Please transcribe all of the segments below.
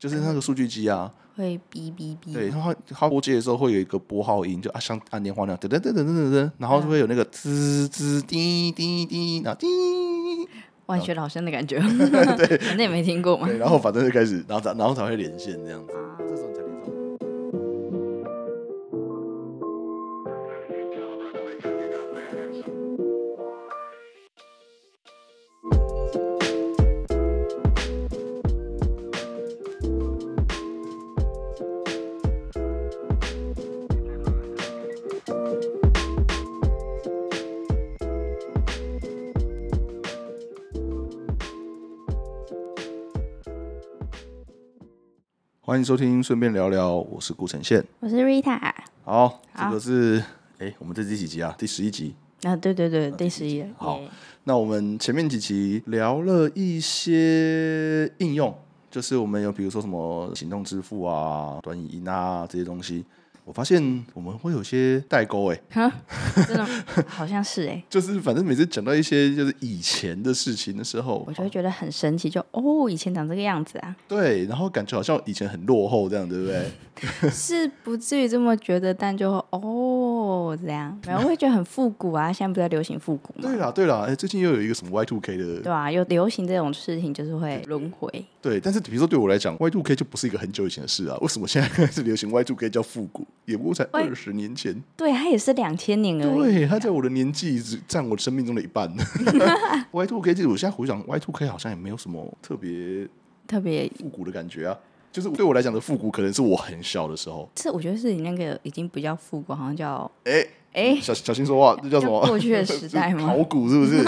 就是那个数据机啊，会哔哔哔。对，它它拨接的时候会有一个拨号音，就啊像按电话那样，噔噔噔噔噔噔，然后就会有那个滋滋滴滴滴，然后滴，万学老生的感觉，对， 反正也没听过嘛。哦 对，然后反正就开始，然后才然后才会连线这样子，啊这时候你才连上。欢迎收听，顺便聊聊，我是顾晨宪。我是 Rita 好，这好个是哎，我们这第几集啊？第十一集。啊，对对哦对，第十一了。好耶那我们前面几集聊了一些应用，就是我们有比如说什么行动支付啊、短影音啊这些东西。我发现我们会有些代沟哎、真的好像是哎，就是反正每次讲到一些就是以前的事情的时候我，就会觉得很神奇，就哦，以前长这个样子 啊，对，然后感觉好像以前很落后这样，对不 对？是不至于这么觉得，但就哦这样，然后会觉得很复古啊。现在不是在流行复古对吗？啦，对啦，哎，最近又有一个什么 Y two K 的，对啊，有流行这种事情就是会轮回，对，但是比如说对我来讲，Y two K 就不是一个很久以前的事啊。为什么现在开始流行 Y two K 叫复古？也不过才喂二十年前。对，它也是两千年而已。对，它在我的年纪只占我生命中的一半。Y two K，其实我现在回想，Y two K 好像也没有什么特别特别复古的感觉啊。就是对我来讲的复古，可能是我很小的时候。这我觉得是你那个已经不叫复古，好像叫哎、哎小小心说话，这叫什叫么？过去的 时代吗考古是不是？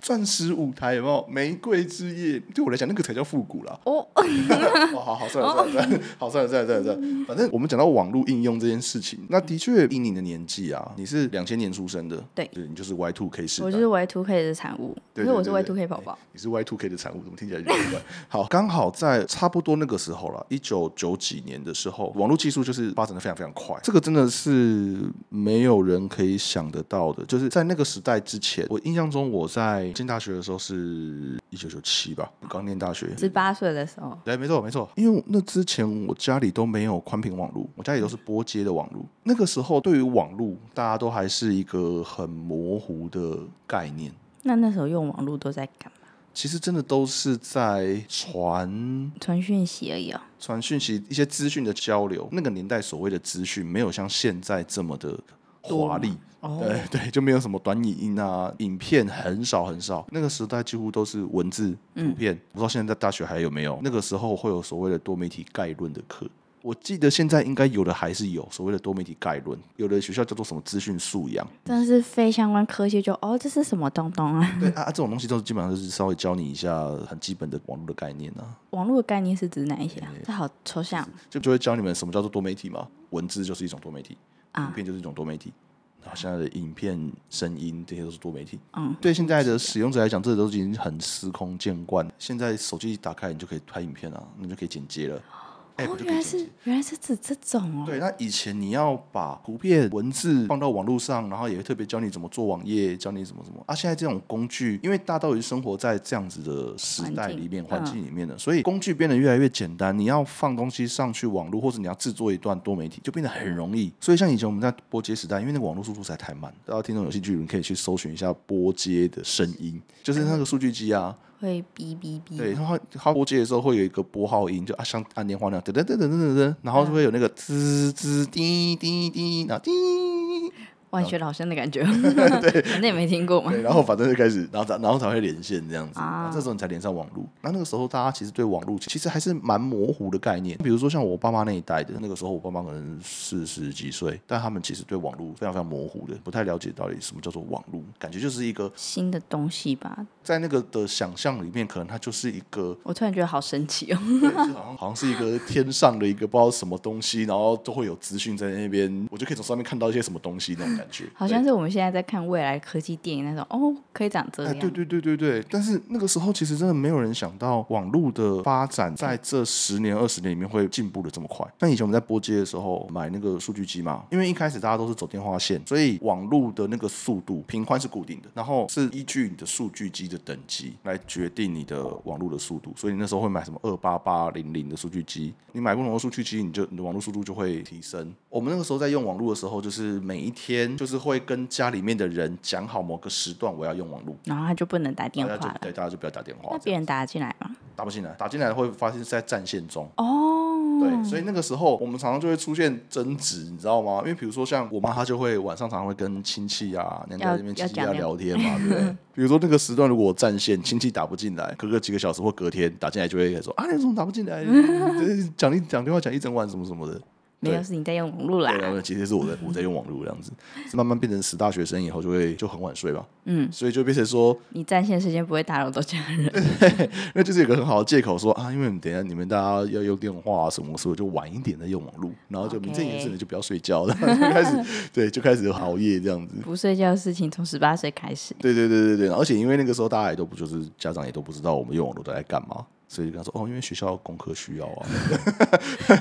钻石舞台有没有？玫瑰之夜，对我来讲，那个才叫复古啦。哦，哦，好好，算了算了算了，好算了算了算了算了。反正我们讲到网络应用这件事情，那的确以你的年纪啊，你是两千年出生的，对你就是 Y two K 世代，我就是 Y two K 的产物，可对是对我是对 Y 对 two K 宝宝，你是 Y two K 的产物，怎么听起来有点奇怪？好，刚好在差不多那个时候了，一九九几年的时候，网络技术就是发展的非常非常快，这个真的是没有人可以想得到的。就是在那个时代之前，我印象中我在进大学的时候是一九九七吧，刚念大学。十八岁的时候，对，没错没错，因为那之前我家里都没有宽频网络，我家里都是拨接的网络。那个时候对于网络，大家都还是一个很模糊的概念。那那时候用网络都在干嘛？其实真的都是在传传讯息而已哦。传讯息、一些资讯的交流。那个年代所谓的资讯，没有像现在这么的华丽。哦，对对，就没有什么短影音啊，影片很少很少。那个时代几乎都是文字、图片，我不知道现在在大学还有没有。那个时候会有所谓的多媒体概论的课，我记得现在应该有的还是有所谓的多媒体概论，有的学校叫做什么资讯素养。但是非相关科学就哦，这是什么东东啊？ 对啊，啊这种东西都是基本上就是稍微教你一下很基本的网络的概念啊。网络的概念是指哪一些啊？这好抽象就就会教你们什么叫做多媒体嘛，文字就是一种多媒体，影啊！片就是一种多媒体，然后现在的影片、声音这些都是多媒体。嗯，对现在的使用者来讲，这都已经很司空见惯。现在手机一打开，你就可以拍影片啊，你就可以剪接了。哎、哦，就可原以来剪接是。原来是指这种哦。对，那以前你要把图片、文字放到网络上，然后也会特别教你怎么做网页，教你怎么怎么啊。现在这种工具，因为大家都已经生活在这样子的时代里面、环环境嗯境里面了，所以工具变得越来越简单。你要放东西上去网络，或者你要制作一段多媒体，就变得很容易。所以像以前我们在波接时代，因为那个网络速度实在太慢，大家听众有兴趣，你可以去搜寻一下波接的声音，就是那个数据机啊。会哔哔哔。对，它它拨接的时候会有一个拨号音，就啊像按电话那样，噔噔噔噔噔噔，然后就会有那个滋滋滴滴滴，然后滴，万学老生的感觉，对， 反正也没听过 嘛。对，然后反正就开始，然后才然后才会连线这样子，啊然后这时候你才连上网络。那那个时候大家其实对网络其实还是蛮模糊的概念，比如说像我爸妈那一代的，那个时候我爸妈可能四十几岁，但他们其实对网络非常非常模糊的，不太了解到底什么叫做网络，感觉就是一个新的东西吧，在那个的想象里面，可能它就是一个我突然觉得好神奇哦。对就好像好像是一个天上的一个不知道什么东西，然后都会有资讯在那边，我就可以从上面看到一些什么东西那种感感觉，好像是我们现在在看未来科技电影那种，哦，可以长这对。哎，样，对对对对对，但是那个时候其实真的没有人想到网络的发展在这十年二十年里面会进步的这么快。像以前我们在拨接的时候买那个数据机嘛，因为一开始大家都是走电话线，所以网络的那个速度频宽是固定的，然后是依据你的数据机的等级来决定你的网络的速度。所以你那时候会买什么二八八零零的数据机，你买不同的数据机，你就你的网络速度就会提升。我们那个时候在用网络的时候，就是每一天就是会跟家里面的人讲好某个时段我要用网络。然后他就不能打电大话家哦就了。对，大家就不要打电话那，别人打得进来吗？打不进来，打进来会发现是在战线中。哦，对，所以那个时候我们常常就会出现争执，你知道吗？因为比如说像我妈，她就会晚上常常会跟亲戚啊、娘家要那边亲戚要啊讲聊天 嘛，对不对？比如说那个时段如果我占线，亲戚打不进来，隔个几个小时或隔天打进来就会说啊，你怎么打不进 来？你这讲一讲电话讲一整晚什么什么的。没有对是你在用网络对，然啦。后其实是我在我在用网络这样子，慢慢变成死大学生以后就会就很晚睡嘛，嗯，所以就变成说你占线时间不会打扰到家人。 那就是有个很好的借口说啊，因为等一下你们大家要用电话啊什么，所以我就晚一点再用网络，然后就 OK 名正言顺的就不要睡觉了，然后就开始对，就开始熬夜这样子。不睡觉的事情从十八岁 开始。对对对对对，而且因为那个时候大家也都不就是家长也都不知道我们用网络都在干嘛，所以就跟他说哦，因为学校功课需要啊，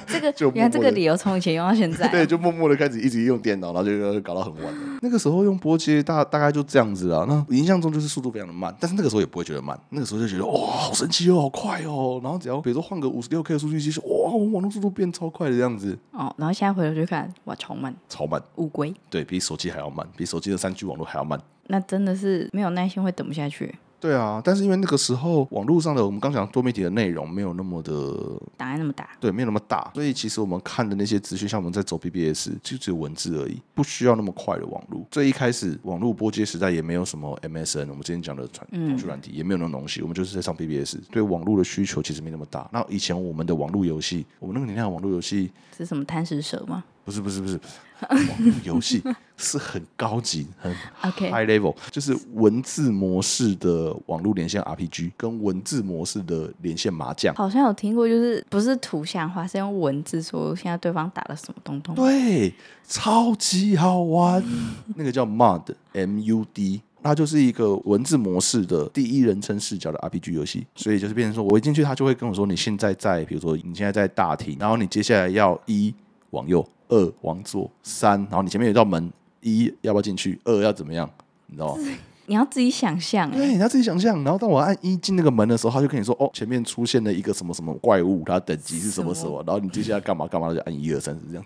这个 就默默地原来这个理由从以前用到现在。 对，就默默的开始一直用电脑，然后就搞到很晚 了。那个时候用波接大大概就这样子啦。那印象中就是速度非常的慢，但是那个时候也不会觉得慢，那个时候就觉得哇、好神奇哦，好快哦。然后只要比如说换个五十六 K 的数据机，就哇，我网络速度变超快的这样子，哦，然后现在回头去看，哇，超慢，超慢，乌龟，对比手机还要慢，比手机的三 G 网络还要慢。那真的是没有耐心会等不下去，对啊，但是因为那个时候网络上的我们刚讲多媒体的内容没有那么的档案那么大，对，没有那么大，所以其实我们看的那些资讯，像我们在走 BBS，就只有文字而已，不需要那么快的网络。最一开始网络波接时代也没有什么 MSN，我们之前讲的传通讯软体也没有那种东西，我们就是在上 BBS，对网络的需求其实没那么大。那以前我们的网络游戏，我们那个年代的网络游戏是什么贪食蛇吗不是不是不是不是，网络游戏是很高级、很 OK high level，就是文字模式的网络连线 RPG 跟文字模式的连线麻将。好像有听过，就是不是图像化，是用文字说现在对方打了什么东东。对，超级好玩。 那个叫 MUD M U D，它就是一个文字模式的第一人称视角的 RPG 游戏，所以就是变成说我一进去，它就会跟我说你现在在，比如说你现在在大厅，然后你接下来要一往右，二往左，三，然后你前面有一道门，一要不要进去，二要怎么样，你知道吗？你要自己想象、欸，对，你要自己想象。然后当我按一进那个门的时候，他就跟你说：“哦，前面出现了一个什么什么怪物，它等级是什么什什么。”然后你接下来干嘛干嘛，就按一二三四这样，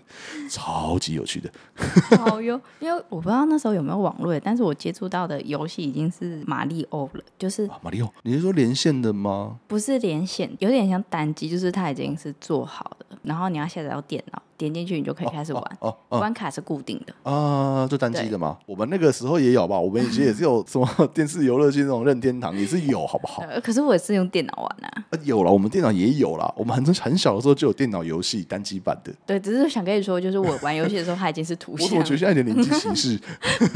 超级有趣的。好哟，因为我不知道那时候有没有网络，但是我接触到的游戏已经是马里奥了，就是啊马里奥，你是说连线的吗？不是连线，有点像单机，就是它已经是做好了，然后你要下载到电脑，点进去你就可以开始玩，哦哦关卡是固定的。啊，就单机的吗？我们那个时候也有吧，我们以前也是有什么电视游乐器那种任天堂也是有，好不好？呃，可是我也是用电脑玩啊，啊有了，我们电脑也有啦，我们很很小的时候就有电脑游戏单机版的。对，只是想跟你说，就是我玩游戏的时候，它已经是图我像我觉得现在有点年纪歧 视，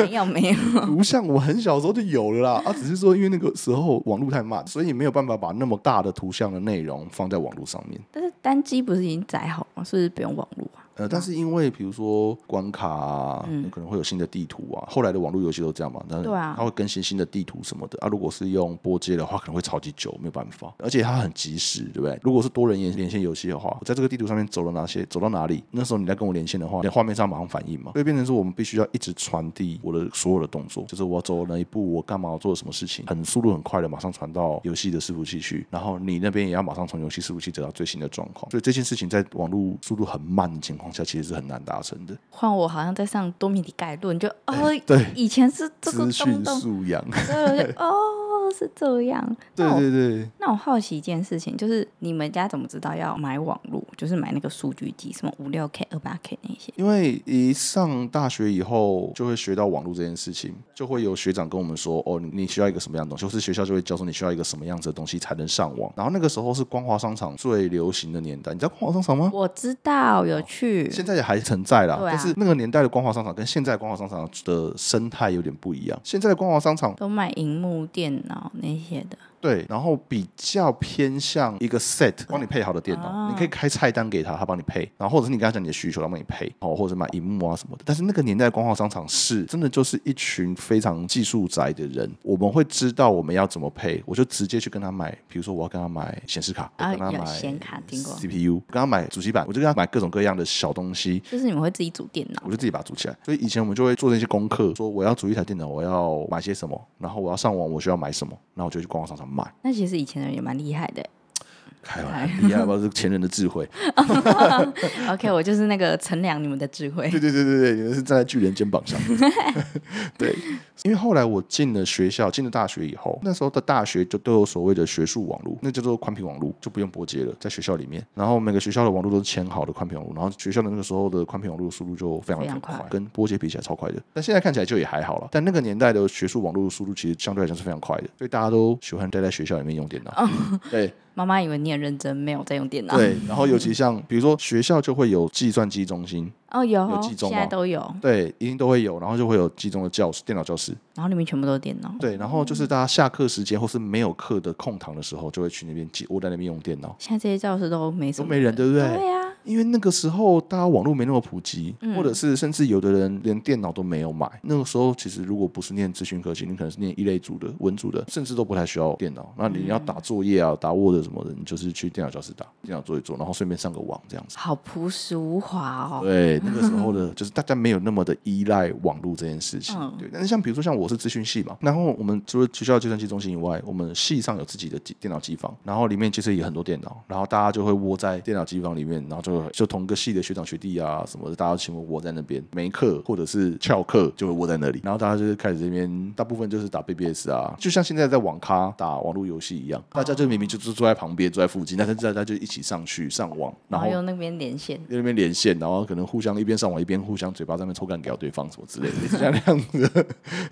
没有没有，图像嗯我很小的时候就有了啦，啊，只是说因为那个时候网络太慢，所以没有办法把那么大的图像的内容放在网络上面。但是单机不是已经载好吗？是不是不用网络啊？呃，但是因为比如说关卡啊，可能会有新的地图啊，后来的网络游戏都这样嘛，但是嗯对啊它会更新新的地图什么的啊。如果是用波接的话，可能会超级久，没有办法，而且它很及时，对不对？如果是多人连连线游戏的话，我在这个地图上面走了哪些，走到哪里，那时候你在跟我连线的话，你的画面上马上反应嘛，所以变成说我们必须要一直传递我的所有的动作，就是我走了哪一步，我干嘛，我做了什么事情，很速度很快的马上传到游戏的伺服器去，然后你那边也要马上从游戏伺服器得到最新的状况，所以这件事情在网络速度很慢的情况下，其实是很难达成的。换我好像在上多米底概论，就哦，哎对 以前是这个资东讯东，素 养，对，我就哦是这样。 对那我对对。那我好奇一件事情，就是你们家怎么知道要买网络，就是买那个数据机，什么五六 K、二八 K 那些？因为一上大学以后，就会学到网络这件事情，就会有学长跟我们说，哦，你你需要一个什么样的东西，或是学校就会教说你需要一个什么样子的东西才能上网。然后那个时候是光华商场最流行的年代，你知道光华商场吗？我知道有去，哦现在也还存在啦，对啊但是那个年代的光华商场跟现在光华商场的生态有点不一样。现在的光华商场都买荧幕、电脑那些的。对，然后比较偏向一个 set 帮你配好的电脑，啊你可以开菜单给他，他帮你配，然后或者是你跟他讲你的需求，他帮你配，哦，或者买荧幕啊什么的。但是那个年代的光华商场是真的就是一群非常技术宅的人，我们会知道我们要怎么配，我就直接去跟他买，比如说我要跟他买显示卡，我啊跟他有买显卡听过 CPU，跟他买主机板，我就跟他买各种各样的小东西，就是你们会自己组电脑我就自己把它组起来。所以以前我们就会做那些功课，说我要组一台电脑，我要买些什么，然后我要上网，我需要买什么，然后我就去官网商场买。那其实以前的人也蛮厉害 的。开玩笑，厉害吧？是前人的智慧。 OK，我就是那个衡量你们的智慧 对对对对对，你们是站在巨人肩膀上。 对，因为后来我进了学校，进了大学以后，那时候的大学就都有所谓的学术网络，那叫做宽频网络，就不用拨接了，在学校里面。然后每个学校的网络都是签好的宽频网络，然后学校的那个时候的宽频网络速度就非常非常的快快，跟拨接比起来超快的。但现在看起来就也还好了，但那个年代的学术网络速度其实相对来讲是非常快的，所以大家都喜欢待在学校里面用电脑。对。妈妈以为你很认真，没有在用电脑。对，然后尤其像比如说学校就会有计算机中心，哦，有有哦记中现吗在都有，对，一定都会有，然后就会有集中的教室、电脑教室，然后里面全部都是电脑。对，然后嗯就是大家下课时间或是没有课的空堂的时候，就会去那边挤，窝在那边用电脑，现在这些教室都没什都么，没人，对不对？对呀、啊，因为那个时候大家网络没那么普及，嗯或者是甚至有的人连电脑都没有买。那个时候其实如果不是念资讯科技，你可能是念一类组的、文组的，甚至都不太需要电脑。那你要嗯打作业啊、打 Word 什么的，你就是去电脑教室打，电脑做一做，然后顺便上个网这样子。好朴实无华哦。对，那个时候的，就是大家没有那么的依赖网络这件事情。嗯对，但是像比如说像我是资讯系嘛，然后我们除了学校的计算机中心以外，我们系上有自己的机电脑机房，然后里面其实也很多电脑，然后大家就会窝在电脑机房里面，然后就就同个系的学长学弟啊什么的，大家全部窝在那边，没课或者是翘课就会窝在那里，然后大家就是开始这边，大部分就是打 BBS 啊，就像现在在网咖打网络游戏一样，大家就明明就是坐在旁边，坐在附近，但是大家就一起上去上网，然然后后用那边连线，在那边连线，然后可能互相一边上网一边互相嘴巴上面抽干掉对方什么之类的，类似像那样子 的。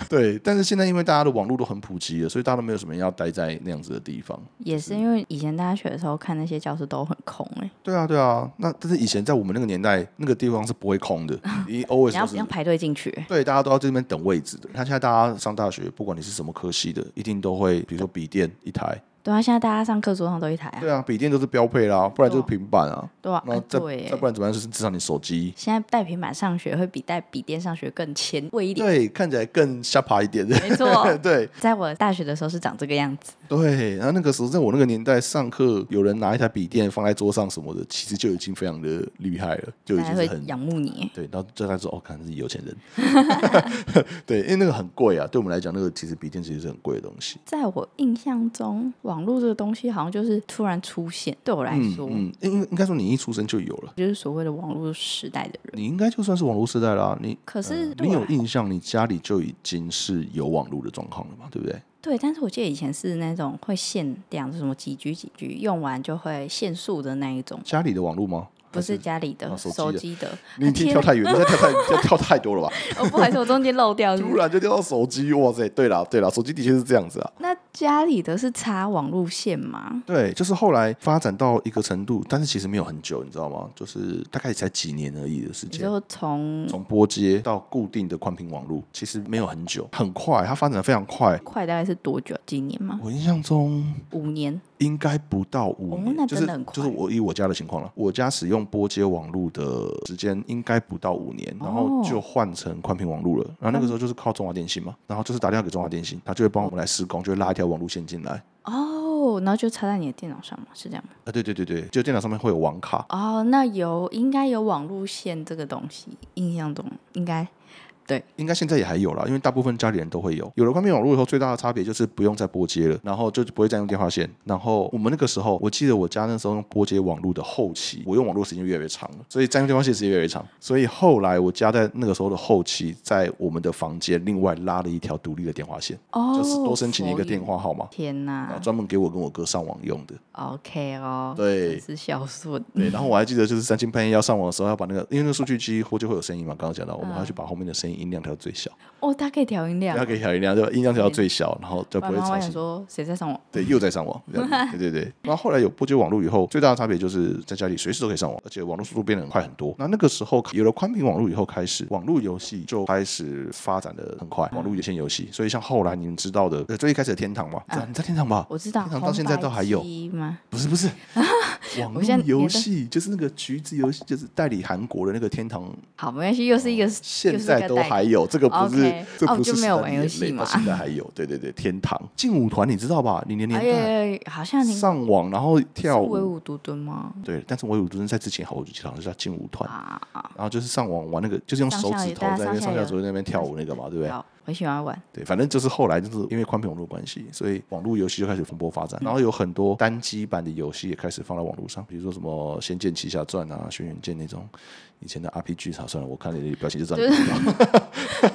对，但是现在因为大家的网络都很普及了，所以大家都没有什么人要待在那样子的地方。也是因为以前大学的时候看那些教室都很空哎、对啊，对啊。那但是以前在我们那个年代，那个地方是不会空 的，你 always 你要都是要排队进去，欸对，大家都要在这边等位置的。那现在大家上大学，不管你是什么科系的，一定都会，比如说笔电一 台，对啊，现在大家上课桌上都一台啊，对啊，笔电都是标配啦，不然就是对平板啊，对啊，那啊再对再欸不然怎么样，就是至少你手机。现在带平板上学会比带笔电上学更前卫一点，对，看起来更下爬一点的。，没错 对，在我大学的时候是长这个样子，对，然后那个时候，在我那个年代上课，有人拿一台笔电放在桌上什么的，其实就已经非常的厉害了，就已大家经是会很仰慕你，欸对。然后就他说：“哦，看自己有钱人。” 对，因为那个很贵啊，对我们来讲，那个其实笔电其实是很贵的东西。在我印象中，网络这个东西好像就是突然出现，对我来嗯说，嗯，应应该说你一出生就有了，就是所谓的网络时代的人。你应该就算是网络时代啦、你可是呃对啊你我有来印象，你家里就已经是有网络的状况了嘛，对不对？对，但是我记得以前是那种会限量，什么几 G 几 G，用完就会限速的那一种，家里的网络吗？不是家里的、啊手手机机的。你已经天跳太远，你再跳 太，跳跳太多了吧？哦，不好意思，我中间漏 掉是不突是。然就掉到手机，哇塞！对啦，对啦，手机的确是这样子啊。那家里的是插网路线吗？对，就是后来发展到一个程度，但是其实没有很久，你知道吗？就是大概才几年而已的时你间。就从从波接到固定的宽频网络，其实没有很久，很快，它发展的非常快。快大概是多久？今年吗？我印象中五年？应该不到五哦年，那就真是的很快就是我以我家的情况了，我家使用波接网络的时间应该不到五年，然后哦就换成宽频网络了。然后那个时候就是靠中华电信嘛，然后就是打电话给中华电信，他就会帮我们来施工，就会拉一条网路线进来。哦，然后就插在你的电脑上嘛，是这样吗？啊，对对对对，就电脑上面会有网卡，哦，那有应该有网路线这个东西，印象中应该应该现在也还有啦，因为大部分家里人都会有。有了宽频网络以后，最大的差别就是不用再拨接了，然后就不会再用电话线。然后我们那个时候，我记得我家那时候用拨接网络的后期，我用网络时间越来越长了，所以占用电话线时间越来越长。所以后来我家在那个时候的后期，在我们的房间另外拉了一条独立的电话线，哦，就是多申请一个电话。话号码，天然呐后专门给我跟我哥上网用的。 ，OK 哦，对真是孝顺。对，然后我还记得就是三更半夜要上网的时候，要把那个因为那个数据机或就会有声音嘛，刚刚讲到，我们还要去把后面的声音音量调最小， 哦，它可以调音量要。给调音量，就音量调到最小，然后就不我会妈吵妈想醒。说谁在上网？对，又在上 网，这样子对对对。然后后来有波及网络以后，最大的差别就是在家里随时都可以上网，而且网络速度变得很快很多。那那个时候有了宽频网络以后，开始网络游戏就开始发展的很快，嗯网络有线游戏。所以像后来你们知道的，呃，最一开始的天堂嘛，知道你在天堂吧？我知道，天堂到现在都还有红白机吗？不是不是，网络我现在游戏就是那个橘子游戏，就是代理韩国的那个天堂，好，没关系，又是一个，现又是在一都个代理还有。这个不是 OK，，这哦不是就没有时玩代的游戏眼泪嘛到现在还有，对对对，天堂劲舞团你知道吧？零零年哎代。呀，好像你上网然后跳是舞唯，武独尊吗？对，但是我有真在之前好，我就记得好像是叫劲舞团，啊，然后就是上网玩那个，就是用上手下指游头大家在那边上上下下游左右那边跳舞那个嘛，对不对？好，很喜欢玩。 对，反正就是后来就是因为宽屏网络关系，所以网络游戏就开始蓬勃发嗯展，然后有很多单机版的游戏也开始放到网络上，比如说什么《仙剑奇侠传》啊，《轩辕剑》那种以前的 RPG 啊，算了，我看你的表情就知道你不知道。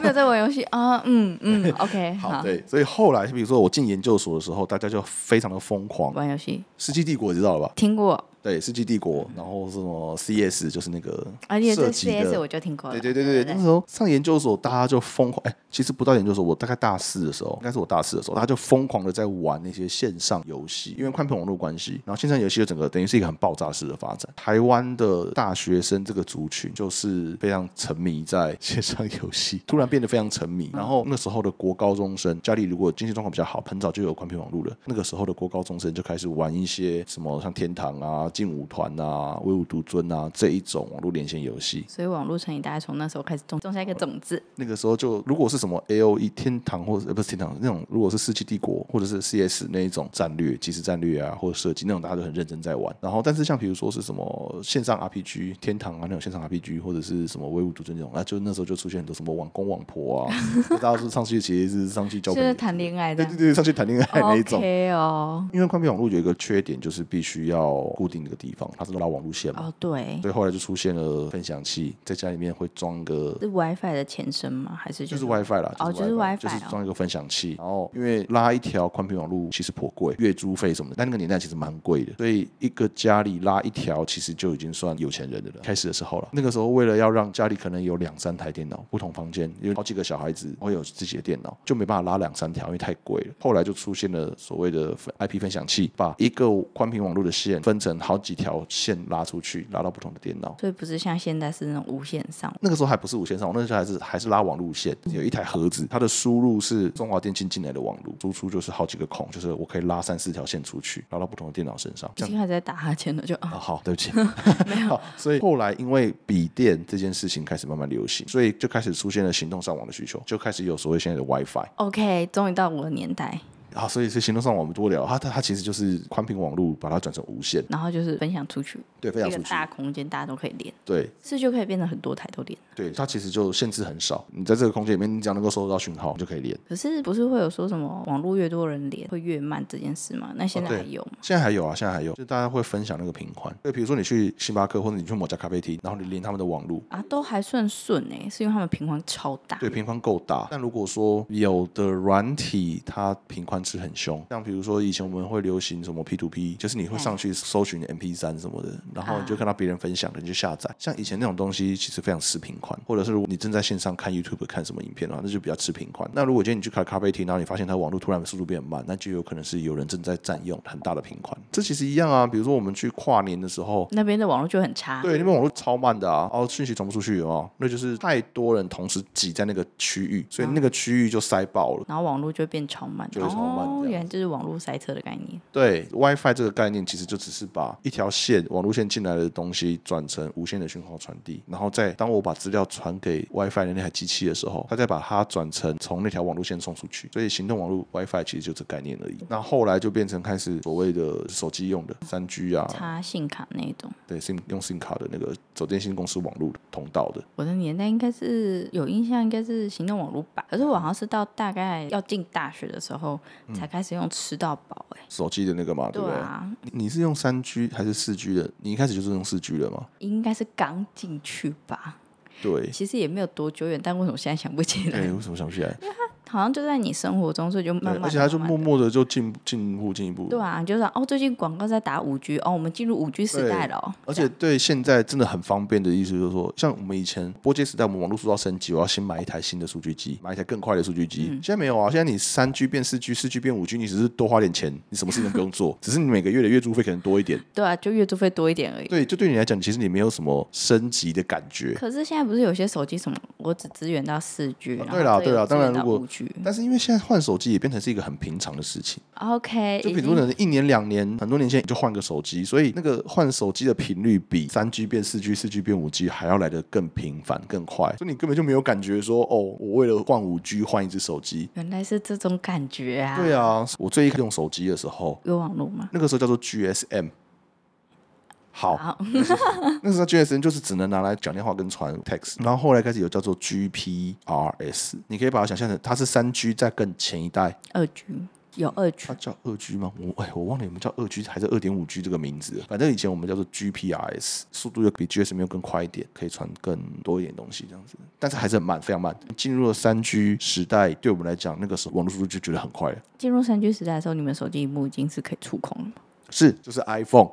没有在玩游戏啊，嗯 嗯，OK，好，好，对，所以后来比如说我进研究所的时候，大家就非常的疯狂，《玩游戏世纪帝国》你知道了吧？听过，对，《世纪帝国》，然后什么 CS 就是那个而且射这击的 CS 我就听过了，对对对嗯对，那时候上研究所，大家就疯狂。哎、其实不到研究所，我大概大四的时候，应该是我大四的时候，大家就疯狂的在玩那些线上游戏，因为宽频网络关系，然后线上游戏就整个等于是一个很爆炸式的发展。台湾的大学生这个族群就是非常沉迷在线上游戏，突然变得非常沉迷。然后那时候的国高中生，家里如果经济状况比较好，很早就有宽频网络了。那个时候的国高中生就开始玩一些什么像天堂啊、劲舞团啊、唯舞独尊啊这一种网络连线游戏。所以网络成瘾大概从那时候开始种种下一个种子。那个时候就如果是什么 A O E 天堂或者、呃不是天堂那种，如果是世纪帝国或者是 C S 那一种战略、即时战略啊，或者射击那种，大家都很认真在玩。然后，但是像比如说是什么线上 R P G 天堂啊那种线上 R P G，或者是什么唯物独尊那种，那就那时候就出现很多什么网公网婆 啊，大家是上去其实是上去交就朋友是，谈恋爱的 对对对，上去谈恋爱那一种。 ，OK 哦，因为宽频网络有一个缺点，就是必须要固定一个地方，它是拉网路线嘛，哦对，所以后来就出现了分享器，在家里面会装个是 WiFi 的前身吗？还是就就是 WiFi 啦，哦就是 WiFi， WiFi 就是哦装一个分享器，然后因为拉一条宽频网路其实颇贵，月租费什么的，但那个年代其实蛮贵的，所以一个家里拉一条其实就已经算有钱人的了。开始的时候了，那个时候为了要让家里可能有两三台电脑，不同房间有好几个小孩子会有自己的电脑，就没办法拉两三条，因为太贵了。后来就出现了所谓的分 IP 分享器，把一个宽频网络的线分成好几条线拉出去，拉到不同的电脑。所以不是像现在是那种无线上那个时候还不是无线上网，那时候还是还是拉网路线，有一台盒子，它的输入是中华电信进来的网路，输出就是好几个孔，就是我可以拉三四条线出去，拉到不同的电脑身上。已这样经开始在打哈欠了，就啊啊，好，对不 起，好，所以后来因为笔电这件事情开始慢慢流行，所以就开始出现了行动上网的需求，就开始有所谓现在的 WiFi。 OK，终于到我的年代，啊，所以是行动上网我们多聊，它它它其实就是宽频网路把它转成无线，然后就是分享出去，对，分一享个出去，大空间，大家都可以连，对，是就可以变成很多台都连。对，它其实就限制很少，你在这个空间里面，你只要能够收到讯号，你就可以连。可是不是会有说什么网络越多人连会越慢这件事吗？那现在哦对还有吗？现在还有啊，现在还有，就大家会分享那个频宽。对，比如说你去星巴克或者你去某家咖啡厅，然后你连他们的网路，啊，都还算顺哎、是因为他们频宽超大。对，频宽够大。但如果说有的软体它频宽吃很凶，像比如说以前我们会流行什么 P to P，就是你会上去搜寻 MP 3什么的，然后你就看到别人分享的，你就下载。像以前那种东西其实非常吃频宽，或者是如果你正在线上看 YouTube 看什么影片的话，那就比较吃频宽。那如果今天你去开咖啡厅，然后你发现它网络突然速度变慢，那就有可能是有人正在占用很大的频宽。这其实一样啊，比如说我们去跨年的时候，那边的网络就很差。对，那边网络超慢的啊，哦，讯息传不出去哦，那就是太多人同时挤在那个区域，所以嗯那个区域就塞爆了。然后网络就会变超慢，就会超慢哦这样，子原来就是网络塞车的概念。对，WiFi 这个概念其实就只是把一条线网路线进来的东西转成无线的讯号传递，然后再当我把资料传给 WiFi 的那台机器的时候，它再把它转成从那条网路线送出去。所以行动网络 WiFi 其实就这概念而已。那后来就变成开始所谓的手机用的三 G 啊，插信卡那一种，对，SIM 用 SIM 卡的那个走电信公司网路通道的。我的年代应该是有印象，应该是行动网络吧。可是我好像是到大概要进大学的时候、才开始用吃到饱、欸，哎，手机的那个嘛，嗯对不对对？啊，你你是用三 G 还是四 G 的？你一开始就是用四 G 的吗？应该是刚进去吧。对，其实也没有多久远，但为什么现在想不起来？哎，为什么想不起来？好像就在你生活中，所以就慢对慢，地，而且它就慢慢默地默的就进进步进一步。对啊，就是哦，最近广告在打五 G，哦，我们进入五 G 时代了、哦，而且对现在真的很方便的意思就是说，像我们以前拨接时代，我们网络速到升级，我要先买一台新的数据机，买一台更快的数据嗯机。现在没有啊，现在你三 G 变四 G，四 G 变五 G，你只是多花点钱，你什么事情都不用 做，只是你每个月的月租费可能多一点。对啊，就月租费多一点而已。对，就对你来讲，其实你没有什么升级的感觉。可是现在不是有些手机什么，我只支援到四 G，、啊然对啦后这个对啦支当然援到如果五 G。但是因为现在换手机也变成是一个很平常的事情， OK，就已比如经可能一年两年，很多年前你就换个手机，所以那个换手机的频率比三 G 变四 G、四 G 变五 G 还要来得更频繁、更快，所以你根本就没有感觉说哦，我为了换五 G 换一只手机。原来是这种感觉啊。对啊，我最一开始用手机的时候，有网络吗？那个时候叫做 GSM。好，好，那时候 GSM 就是只能拿来讲电话跟传 text，然后后来开始有叫做 GPRS，你可以把它想象成它是三 G 在更前一代，二 G 有二 G，它叫二 G 吗？我哎，我忘了有没有叫二 G 还是二点五 G 这个名字了。反正以前我们叫做 GPRS，速度又比 GSM 又更快一点，可以传更多一点东西这样子，但是还是很慢，非常慢。进入了三 G 时代，对我们来讲，那个时候网络速度就觉得很快了。进入三 G 时代的时候，你们手机屏幕已经是可以触控了吗？是，就是 iPhone，iPhone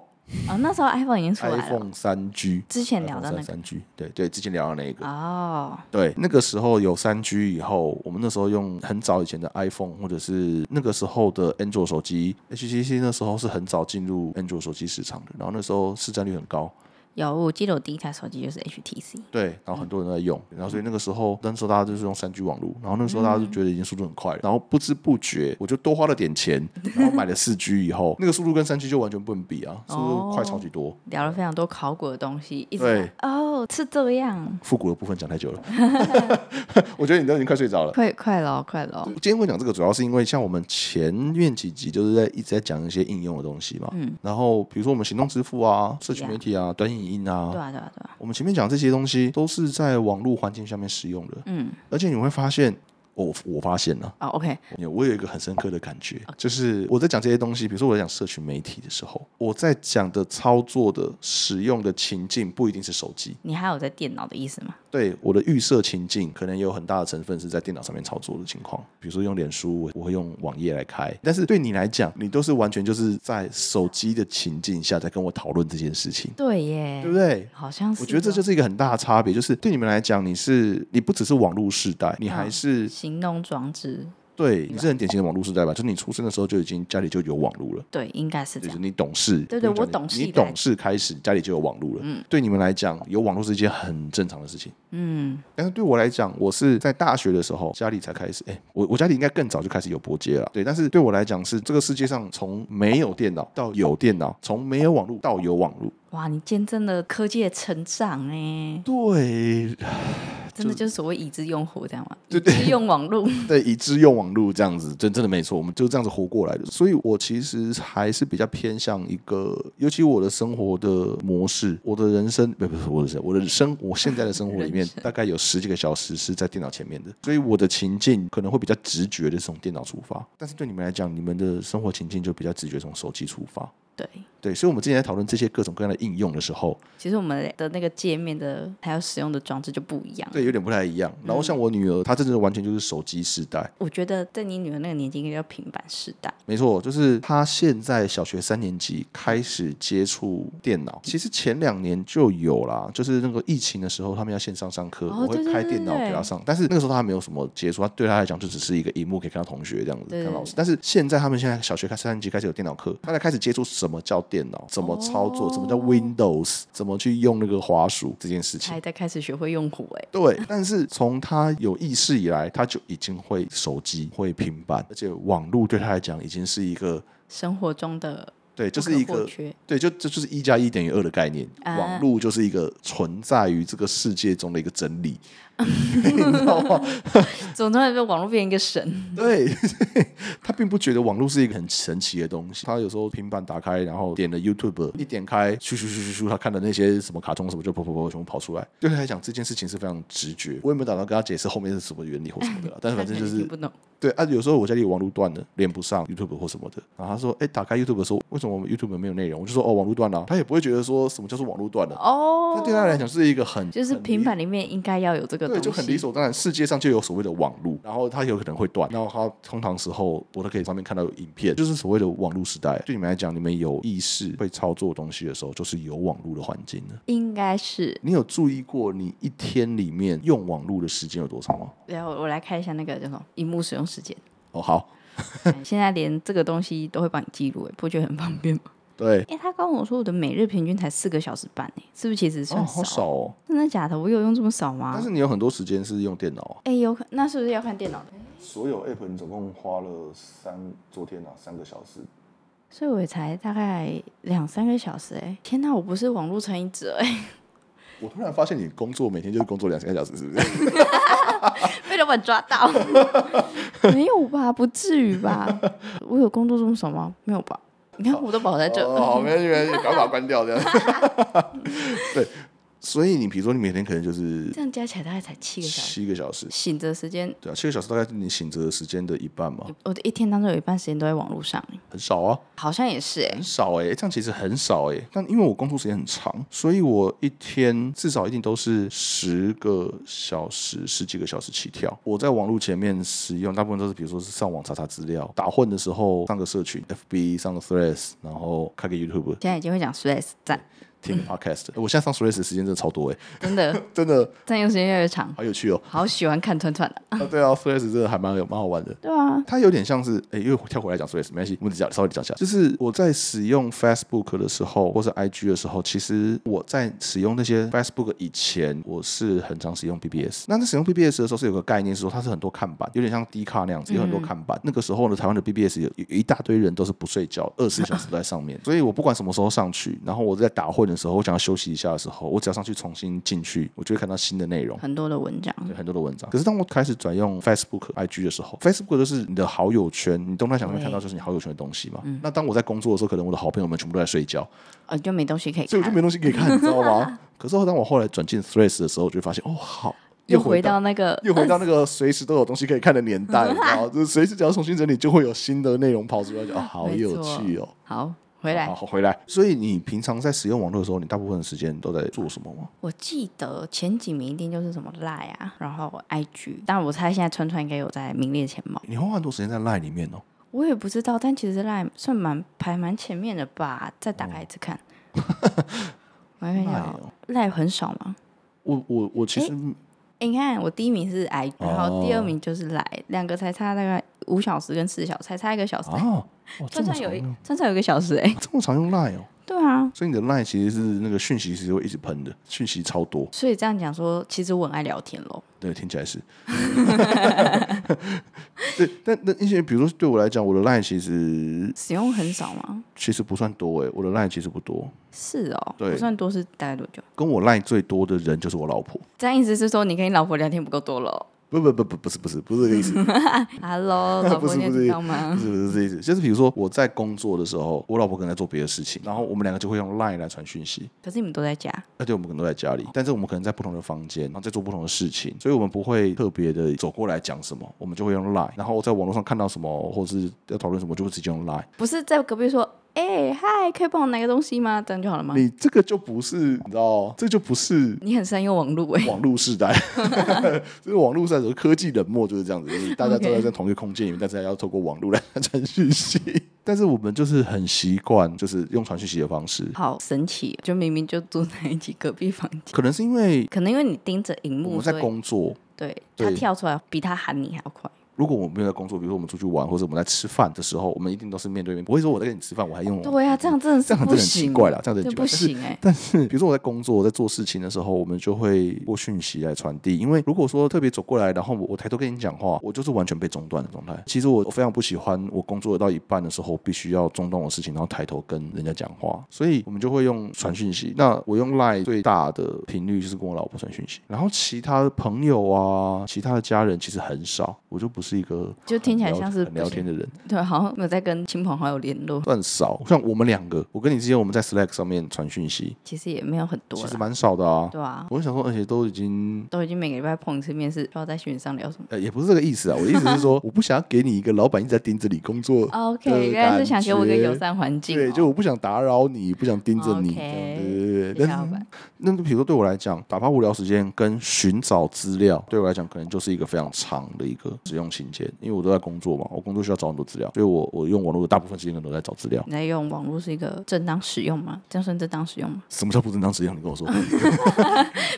哦，那时候 iPhone 已经出来了。三 G，之前聊到那个三 G，对对，之前聊到那一个。哦，对，那个时候有三 G 以后，我们那时候用很早以前的 iPhone，或者是那个时候的 Android 手机，HTC 那时候是很早进入 Android 手机市场的，然后那时候市占率很高，有，我记得我第一台手机就是 HTC。对，然后很多人都在用，然后所以那个时候那时候大家就是用三 G 网络，然后那时候大家就觉得已经速度很快了，然后不知不觉我就多花了点钱，然后买了四 G 以后，那个速度跟三 G 就完全不能比啊，速度快超级多。聊了非常多考古的东西，一直对在哦，是这样，复古的部分讲太久了， 我觉得你都已经快睡着了。快快了，哦快了，今天会讲这个，主要是因为像我们前面几集就是在一直在讲一些应用的东西嘛，嗯，然后比如说我们行动支付啊、社群媒体啊、短影音啊对，啊，对啊，对啊，我们前面讲这些东西都是在网络环境下面使用的，嗯，而且你会发现，我我发现了、哦，OK，我有一个很深刻的感觉，就是我在讲这些东西，比如说我在讲社群媒体的时候，我在讲的操作的使用的情境不一定是手机，你还有在电脑的意思吗？对我的预设情境，可能也有很大的成分是在电脑上面操作的情况。比如说用脸书，我我会用网页来开。但是对你来讲，你都是完全就是在手机的情境下在跟我讨论这件事情，对耶对，不对？好像是哦，我觉得这就是一个很大的差别，就是对你们来讲，你是你不只是网络世代，你还是、行动装置，对你是很典型的网络世代吧？就是你出生的时候就已经家里就有网络了。对，应该是这就是样，你懂事，对不对用讲我懂事你以懂来事开始，家里就有网络了。嗯，对你们来讲，有网络是一件很正常的事情。嗯，但是对我来讲，我是在大学的时候家里才开始，哎、我我家里应该更早就开始有拨接了，对。但是对我来讲，是这个世界上从没有电脑到有电脑，从没有网络到有网络，哇，你见证了科技的成长哎，对真的就是所谓已知用户这样吗？对已知用网络， 对，以致用网络这样子，真真的没错，我们就这样子活过来的。所以我其实还是比较偏向一个，尤其我的生活的模式，我的人生，不不是我的人生，我的生，我现在的生活里面大概有十几个小时是在电脑前面的，所以我的情境可能会比较直觉的从电脑出发，但是对你们来讲，你们的生活情境就比较直觉从手机出发。对。对，所以我们之前在讨论这些各种各样的应用的时候，其实我们的那个界面的还有使用的装置就不一样。对，有点不太一样。然后像我女儿，她真的完全就是手机时代，我觉得在你女儿那个年纪应该叫平板时代。没错，就是他现在小学三年级开始接触电脑，其实前两年就有啦，就是那个疫情的时候，他们要线上上课，哦我会对对开对电脑对给他上，但是那个时候他还没有什么接触，他对他来讲就只是一个荧幕可以看到同学这样子，对对看老师。但是现在他们现在小学开三年级开始有电脑课，他才开始接触什么叫电脑，怎么操作，怎么叫哦 Windows，怎么去用那个滑鼠这件事情还。在开始学会用户哎、对，但是从他有意识以来，他就已经会手机、会平板，而且网络对他来讲已经是一个生活中的对，就不是一可或个缺对，就这就是一加一等于二的概念。啊网络就是一个存在于这个世界中的一个真理，你知道吗？总之，网络变一个神。对， 他并不觉得网络是一个很神奇的东西。他有时候平板打开，然后点了 YouTube，一点开，咻咻咻咻咻，他看的那些什么卡通什么就噗噗噗全部跑出来。对他来讲，这件事情是非常直觉。我也没有打算跟他解释后面是什么原理或什么 的啦，但是反正就他可能是听不懂。对啊，有时候我家里有网络断了，连不上 YouTube 或什么的，然后他说：“哎，打开 YouTube 的时候，为什么我们 YouTube 没有内容？”我就说：“哦，网络断了。”他也不会觉得说什么叫做网络断了，那哦，对他来讲是一个很就是很平板里面应该要有这个东对，西，就很理所当然。世界上就有所谓的网路，然后它有可能会断，然后它通常时候我都可以上面看到有影片，就是所谓的网路时代。对你们来讲，你们有意识会操作东西的时候，就是有网路的环境的。应该是。你有注意过你一天里面用网路的时间有多长吗？然后我来看一下那个叫什么荧幕使用时 间，哦，好，哎现在连这个东西都会帮你记录，哎，不觉得很方便 吗？对，哎，他跟我说我的每日平均才四个小时半，哎，是不是其实哦，算好少？啊少哦。真的假的？我有用这么少吗但？是你有很多时间是用电脑啊。哎，有可那是不是要换电脑的？所有 app 你总共花了三，昨天啊三个小时。所以我也才大概两三个小时哎、天哪，我不是网络成瘾者哎、我突然发现你工作每天就是工作两三个小时，是不是？ 被老板抓到， 没有吧？不至于吧？我有工作这么少吗？没有吧？你看我都保在这，哦，好，没关系，没关系，赶快把它关掉这样。 对，所以你比如说你每天可能就是这样加起来大概才七个小时，七个小时，醒着时间，对啊，七个小时大概是你醒着的时间的一半嘛，我的一天当中有一半时间都在网络上，很少啊，好像也是哎、很少哎、这样其实很少哎、但因为我工作时间很长，所以我一天至少一定都是十个小时、十几个小时起跳。我在网络前面使用，大部分都是比如说是上网查查资料，打混的时候上个社群，FB 上个 Threads，然后开个 YouTube，现在已经会讲 stress 赞，听 个 Podcast。我现在上 Threads 的时间真的超多哎、真 的真的占用时间越来越长，好有趣哦。 好喜欢看团团的、啊，对啊，Flash 真的还蛮有蛮好玩的。对啊，它有点像是，诶，又跳回来讲 Flash，没关系，我们只讲稍微讲一下。就是我在使用 Facebook 的时候，或是 IG 的时候，其实我在使用那些 Facebook 以前，我是很常使用 BBS。那在使用 BBS 的时候，是有个概念是说，它是很多看板，有点像 D 卡那样子，有很多嗯看板。那个时候呢，台湾的 BBS 有有一大堆人都是不睡觉，二十四小时都在上面。 所以我不管什么时候上去，然后我在打混的时候，我想要休息一下的时候，我只要上去重新进去，我就会看到新的内容。很多的文章，对很多的文章。可是当我开始转用 Facebook、IG 的时候，Facebook 就是你的好友圈，你动态墙上面看到就是你好友圈的东西嘛。嗯那当我在工作的时候，可能我的好朋友们全部都在睡觉，呃，就没东西可以所以我就看，没东西可以看，你知道 吗？可是当我后来转进 Threads 的时候，我就发现哦，好，又回回到那个又回到那个随时都有东西可以看的年代，你知道吗？ 就是随时只要重新整理，就会有新的内容跑出来，就啊、好没有错趣哦。好回来好。好回来。所以你平常在使用网络的时候，你大部分的时间都在做什么吗？我记得前几名一定就是什么赖啊，然后 IG，但我猜现在川川应该有在名列前茅。你花很多时间在 Line 里面哦。我也不知道，但其实赖算蛮排蛮前面的吧。再打哦开一次 看，我来看一下赖哦哦，赖很少吗？我我我其实诶你看我第一名是 I，哦然后第二名就是赖，两个才差大概五小时跟四小时，才差一个小时。 啊，哇，这川么川有长啊一用，川川有一个小时哎、这么常用 Line 哦，对啊，所以你的 Line 其实是那个讯息是会一直喷的，讯息超多，所以这样讲说，其实我很爱聊天咯。对，听起来是。 对，但那一些比如说对我来讲，我的 Line 其实使用很少吗？其实不算多诶，我的 Line 其实不多，是哦，对不算多，是大概多久？跟我 Line 最多的人就是我老婆。这样意思是说，你跟你老婆聊天不够多 喽不不不不不是不是不是这个意思， ？Hello，老不婆是你有不是听到不吗？是不是这个意思，就是比如说我在工作的时候，我老婆可能在做别的事情，然后我们两个就会用 Line 来传讯息。可是你们都在家，那对我们可能都在家里，但是我们可能在不同的房间，然后在做不同的事情，所以我们不会特别的走过来讲什么，我们就会用 Line，然后在网络上看到什么或是要讨论什么，就会直接用 Line。不是在隔壁说，哎、嗨，可以帮我拿个东西吗？这样就好了吗？你这个就不是，你知道，这就不是你很善用网络哎、网络时代， 就是网络时代的时候科技冷漠就是这样子，就是大家都在 OK 在同一个空间里面，但是还要透过网络来传讯息。 但是我们就是很习惯，就是用传讯息的方式，好神奇，就明明就住在一起隔壁房间，可能是因为可能因为你盯着荧我幕，们在所以工作，对对他跳出来比他喊你还要快。如果我没有在工作，比如说我们出去玩或者我们在吃饭的时候，我们一定都是面对面，不会说我在跟你吃饭，我还用我对啊，这样真的这是样真不的很奇行，怪啦，这样真的这很奇怪。不行哎、但是，但 是比如说我在工作、我在做事情的时候，我们就会过讯息来传递。因为如果说特别走过来，然后我我抬头跟你讲话，我就是完全被中断的状态。其实我我非常不喜欢我工作到一半的时候必须要中断我事情，然后抬头跟人家讲话，所以我们就会用传讯息。那我用 Line 最大的频率就是跟我老婆传讯息，然后其他的朋友啊、其他的家人其实很少，我就不是一个就听起来聊像是很聊天的人，对，好像没有在跟亲朋好友联络，算少。像我们两个，我跟你之间我们在 Slack 上面传讯息，其实也没有很多其实啦，蛮少的啊。对啊，我就想说，而且都已经。都已经每个礼拜碰一次面试，不知道在群上聊什么。呃，也不是这个意思啊，我的意思是 说，我不想要给你一个老板一直在盯着你工作哦 OK，的原来是感想给我一个觉友善环境哦、对，就我不想打扰你，不想盯着你 OK，这样，对对对谢对。谢老但是板那比如说对我来讲，打发无聊时间跟寻找资料，对我来讲可能就是一个非常长的一个使用情节，因为我都在工作嘛，我工作需要找很多资料，所以我我用网络的大部分时间可能都在找资料。你在用网络是一个正当使用吗？这样算正当使用吗？什么叫不正当使用？你跟我说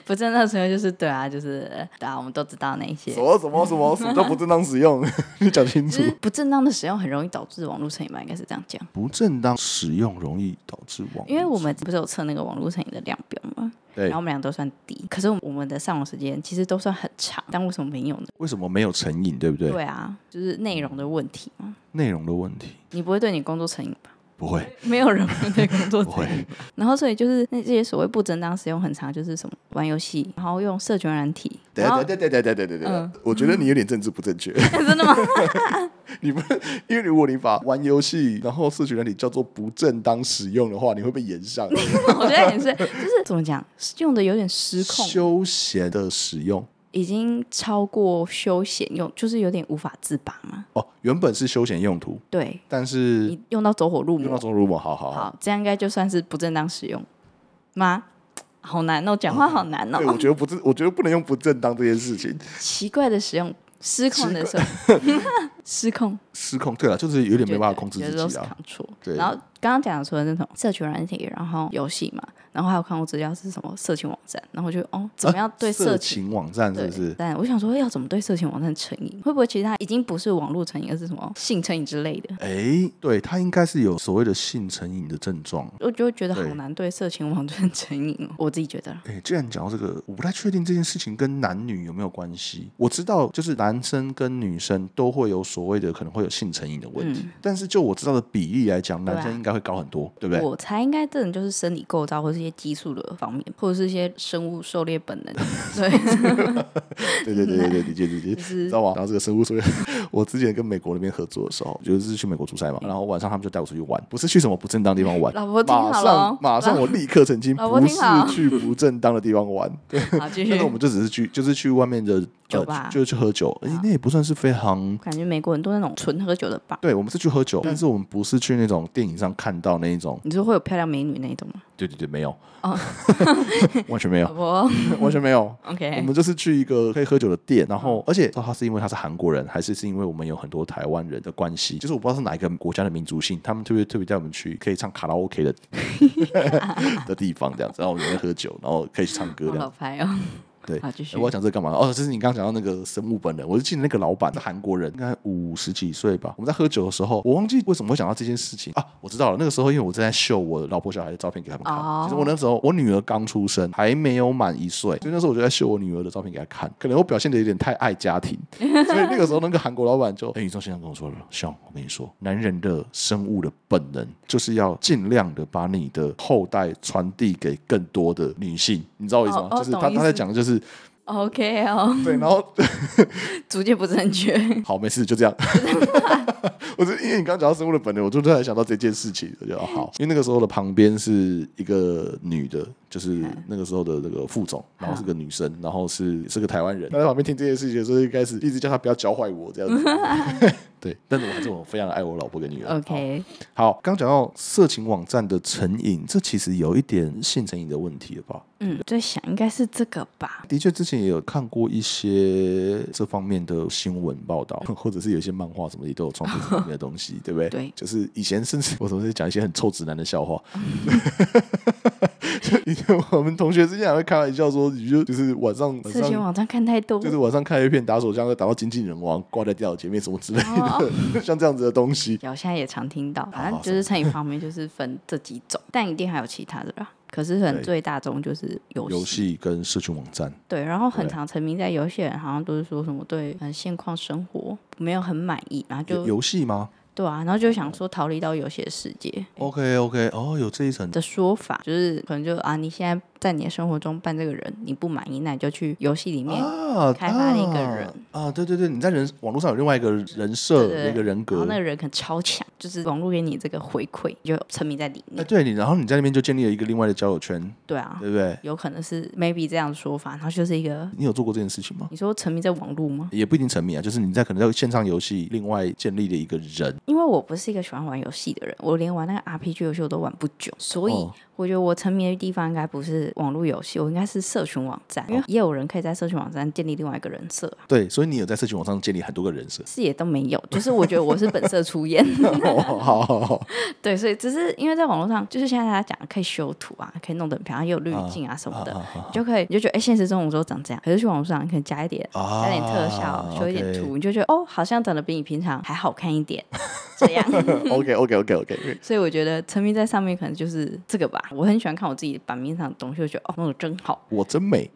不正当使用就是对啊，就是呃对啊，我们都知道那一些什。么什么什么什么叫不正当使用？ 你讲清楚就。是不正当的使用很容易导致网络成瘾吧，应该是这样讲。不正当使用容易导致网络，因为我们不是有测那个网络成瘾的量表吗？对然后我们俩都算低，可是我们的上网时间其实都算很长，但为什么没有呢？为什么没有成瘾，对不对？对啊，就是内容的问题嘛。内容的问题你不会对你工作成瘾吧？不会没有人会对工 作不会，然后所以就是那这些所谓不正当使用很长，就是什么玩游戏，然后用社群软体，等然下后等下等下等下等下等下嗯，我觉得你有点政治不正确。真的吗？ 你不，因为如果你把玩游戏然后社群软体叫做不正当使用的话，你会被延上。我觉得也是，就是怎么讲，用的有点失控，休闲的使用已经超过休闲用，就是有点无法自拔嘛。哦，原本是休闲用途，对但是你用到走火入用到魔，中如果好好好。好，这样应该就算是不正当使用吗？好难哦，讲话好难对，哦我，觉得不正，我觉得不能用不正当这件事情，奇怪的使用，失控 的使用，失控。失控。对了，啊就是有点没办法控制觉得自都己是啊。扛错。对然后刚刚讲的除了那种社群软体，然后游戏嘛，然后还有看过资料是什么色情网站，然后我就哦，怎么样对色色情？情网站啊是对不是，？但我想说，要怎么对色情网站成瘾？会不会其实它已经不是网络成瘾，而是什么性成瘾之类的？哎，对，它应该是有所谓的性成瘾的症状。我就会觉得好对难对色情网站 成瘾哦，我自己觉得啦。哎，既然讲到这个，我不太确定这件事情跟男女有没有关系。我知道，就是男生跟女生都会有所谓的可能会有性成瘾的问题，但是就我知道的比例来讲，嗯对啊男生应该会高很多，对不对？我猜应该真的就是生理构造或是一些激素的方面，或者是一些生物狩猎本能。对， 对对对对对，理解理解， 就是知道吗？然后这个生物所以 我之前跟美国那边合作的时候，就是去美国出差嘛，然后晚上他们就带我出去玩，不是去什么不正当地方玩，老婆嗯听马好了上哦，马上我立刻澄清，老婆不听好是去不正当的地方玩，好继续但是。我们就只是去，就是去外面的呃酒吧就就去喝酒，哎，那也不算是非常感觉美国人都那种纯喝酒的吧？对，我们是去喝酒，但是我们不是去那种电影上看到那一种。你说会有漂亮美女那一种吗？对对对，没有，哦完全没有 老，婆完全没有。我，OK，们就是去一个可以喝酒的店，然嗯后而且他是因为他是韩国人，还是是因为我们有很多台湾人的关系，就是我不知道是哪一个国家的民族性，他们特别特别带我们去可以唱卡拉 OK 的的地方，这样子，然后我们在喝酒，然后可以去唱歌好这样老牌哦。对好，继续我要讲这个干嘛？哦，就是你刚刚讲到那个生物本人，我就记得那个老板是韩国人，应该五十几岁吧。我们在喝酒的时候，我忘记为什么会讲到这件事情啊。我知道了，那个时候因为我正在秀我老婆小孩的照片给他们看。哦其实我那时候我女儿刚出生，还没有满一岁，所以那时候我就在秀我女儿的照片给她看。可能我表现的有点太爱家庭，所以那个时候那个韩国老板就哎，宇宙先生跟我说了，像我跟你说，男人的生物的本能就是要尽量的把你的后代传递给更多的女性，你知道我意思吗哦？哦就是懂他意他在思讲的就是。 OK 哦，对，然后逐渐不正确。 好，没事，就这样。 我就因为你刚刚讲到生物的本能，我就突然想到这件事情，我就哦好，因为那个时候的旁边是一个女的，就是那个时候的那个副总，然后是个女生，然后是是个台湾人。她在旁边听这件事情的时候，一开始一直叫她不要教坏我这样子。 对，但是我还是我非常地爱我老婆跟女儿。 OK，好，好刚讲到色情网站的成瘾，这其实有一点性成瘾的问题了吧？嗯，在想应该是这个吧。的确，之前也有看过一些这方面的新闻报道， 或者是有一些漫画什么的也都有创作这方面的东西，对不对？对就是以前甚至我总是讲一些很臭直男的笑话。嗯就 以前我们同学之间还会开玩笑说，你就就是晚上晚社群上网站看太多，就是晚上看一片打手枪，会打到精尽人亡，挂在电脑前面什么之类的，哦 像这样子的东西。有现在也常听到。好反正哦好就是成瘾方面就是分这几种，但一定还有其他的啦。可是可能对最大宗就是游游戏，戏跟社群网站，对，然后很对常沉迷在游戏的人，好像都是说什么对嗯现况生活没有很满意，然后游就游戏吗对啊，然后就想说逃离到游戏的世界。 ？OK OK，哦，有这一层的说法，就是可能就啊，你现在在你的生活中扮这个人，你不满意，那你就去游戏里面，啊，开发了一个人啊啊，对对对，你在人网络上有另外一个人设，对对对一个人然后格，那个人可能超强，就是网络给你这个回馈，你就沉迷在里哎，面。对你，然后你在那边就建立了一个另外的交友圈，对啊，对不对？有可能是 maybe 这样的说法，然后就是一个你有做过这件事情吗？你说沉迷在网络吗？也不一定沉迷啊，就是你在可能在线上游戏另外建立了一个人，因为我不是一个喜欢玩游戏的人，我连玩那个 RPG 游戏我都玩不久，所以哦我觉得我沉迷的地方应该不是网络游戏，我应该是社群网站，哦因为也有人可以在社群网站建立另外一个人设啊，。对，所以你有在社群网上建立很多个人设是也都没有，就是我觉得我是本色出演， 哦，好好好，对，所以只是因为在网络上，就是现在大家讲可以修图啊，可以弄得很漂亮，也有滤镜啊什么的，啊啊你就可以你就觉得哎、现实中我说长这样，可是去网络上你可以加一点啊啊加点特效，修一点 OK 图，你就觉得哦，好像长得比你平常还好看一点，这样。 OK OK OK OK，，所以我觉得沉迷在上面可能就是这个吧。我很喜欢看我自己版面上的东西，我觉得哦，弄得真好我真美，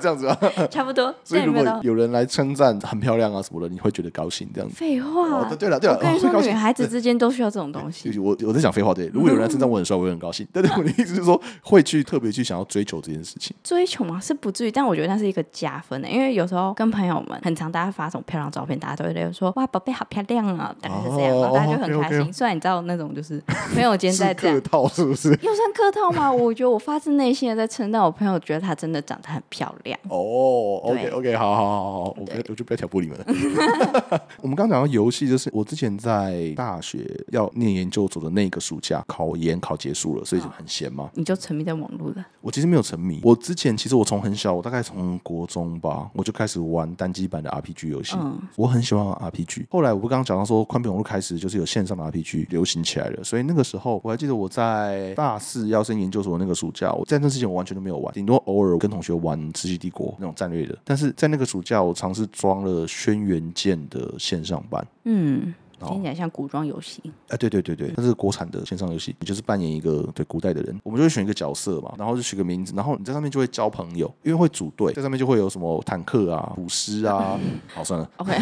这样子啊。差不多。所以这样如有没有果到？有人来称赞很漂亮啊什么的，你会觉得高兴这样子。废话，哦对对了对了我跟你我会高说，兴女孩子之间都需要这种东就西。是我我在讲废话对，如果有人来称赞我很帅，我会很高兴。但是我的意思是说，会去特别去想要追求这件事情。追求嘛是不至于，但我觉得那是一个加分欸的、因为有时候跟朋友们很常大家发这种漂亮照片，大家都会觉得说哇宝贝好漂亮啊，大概是这样，哦然后大家就很开心。 OK，OK 虽然你知道那种就是朋友间在是这 样客，套是不是？又算客套吗？我觉得我发自内心的在称赞我朋友，觉得她真的长得很漂亮。哦，OK 对 OK，好好好好，我不要我就不要挑拨你们了。 我们刚刚讲到游戏，就是我之前在大学要念研究所的那个暑假，考研考结束了，所以嗯很闲嘛。你就沉迷在网络了，我其实没有沉迷，我之前其实我从很小，我大概从国中吧，我就开始玩单机版的 RPG 游戏。嗯我很喜欢玩 RPG。后来我不刚刚讲到说，宽屏网络开始就是有线上的 RPG 流行起来了，所以那个时候我还记得我在大四要升研究所的那个暑假，我在那之前我完全都没有玩，顶多偶尔跟同学玩《世纪帝国》那种战略的。但是在那个暑假，我尝试装了《轩辕剑》的线上版。嗯，哦听起来像古装游戏。哎，对对对对，它是国产的线上游戏，你就是扮演一个对古代的人，我们就会选一个角色嘛，然后就取个名字，然后你在上面就会交朋友，因为会组队，在上面就会有什么坦克啊、舞狮啊，好算了， OK，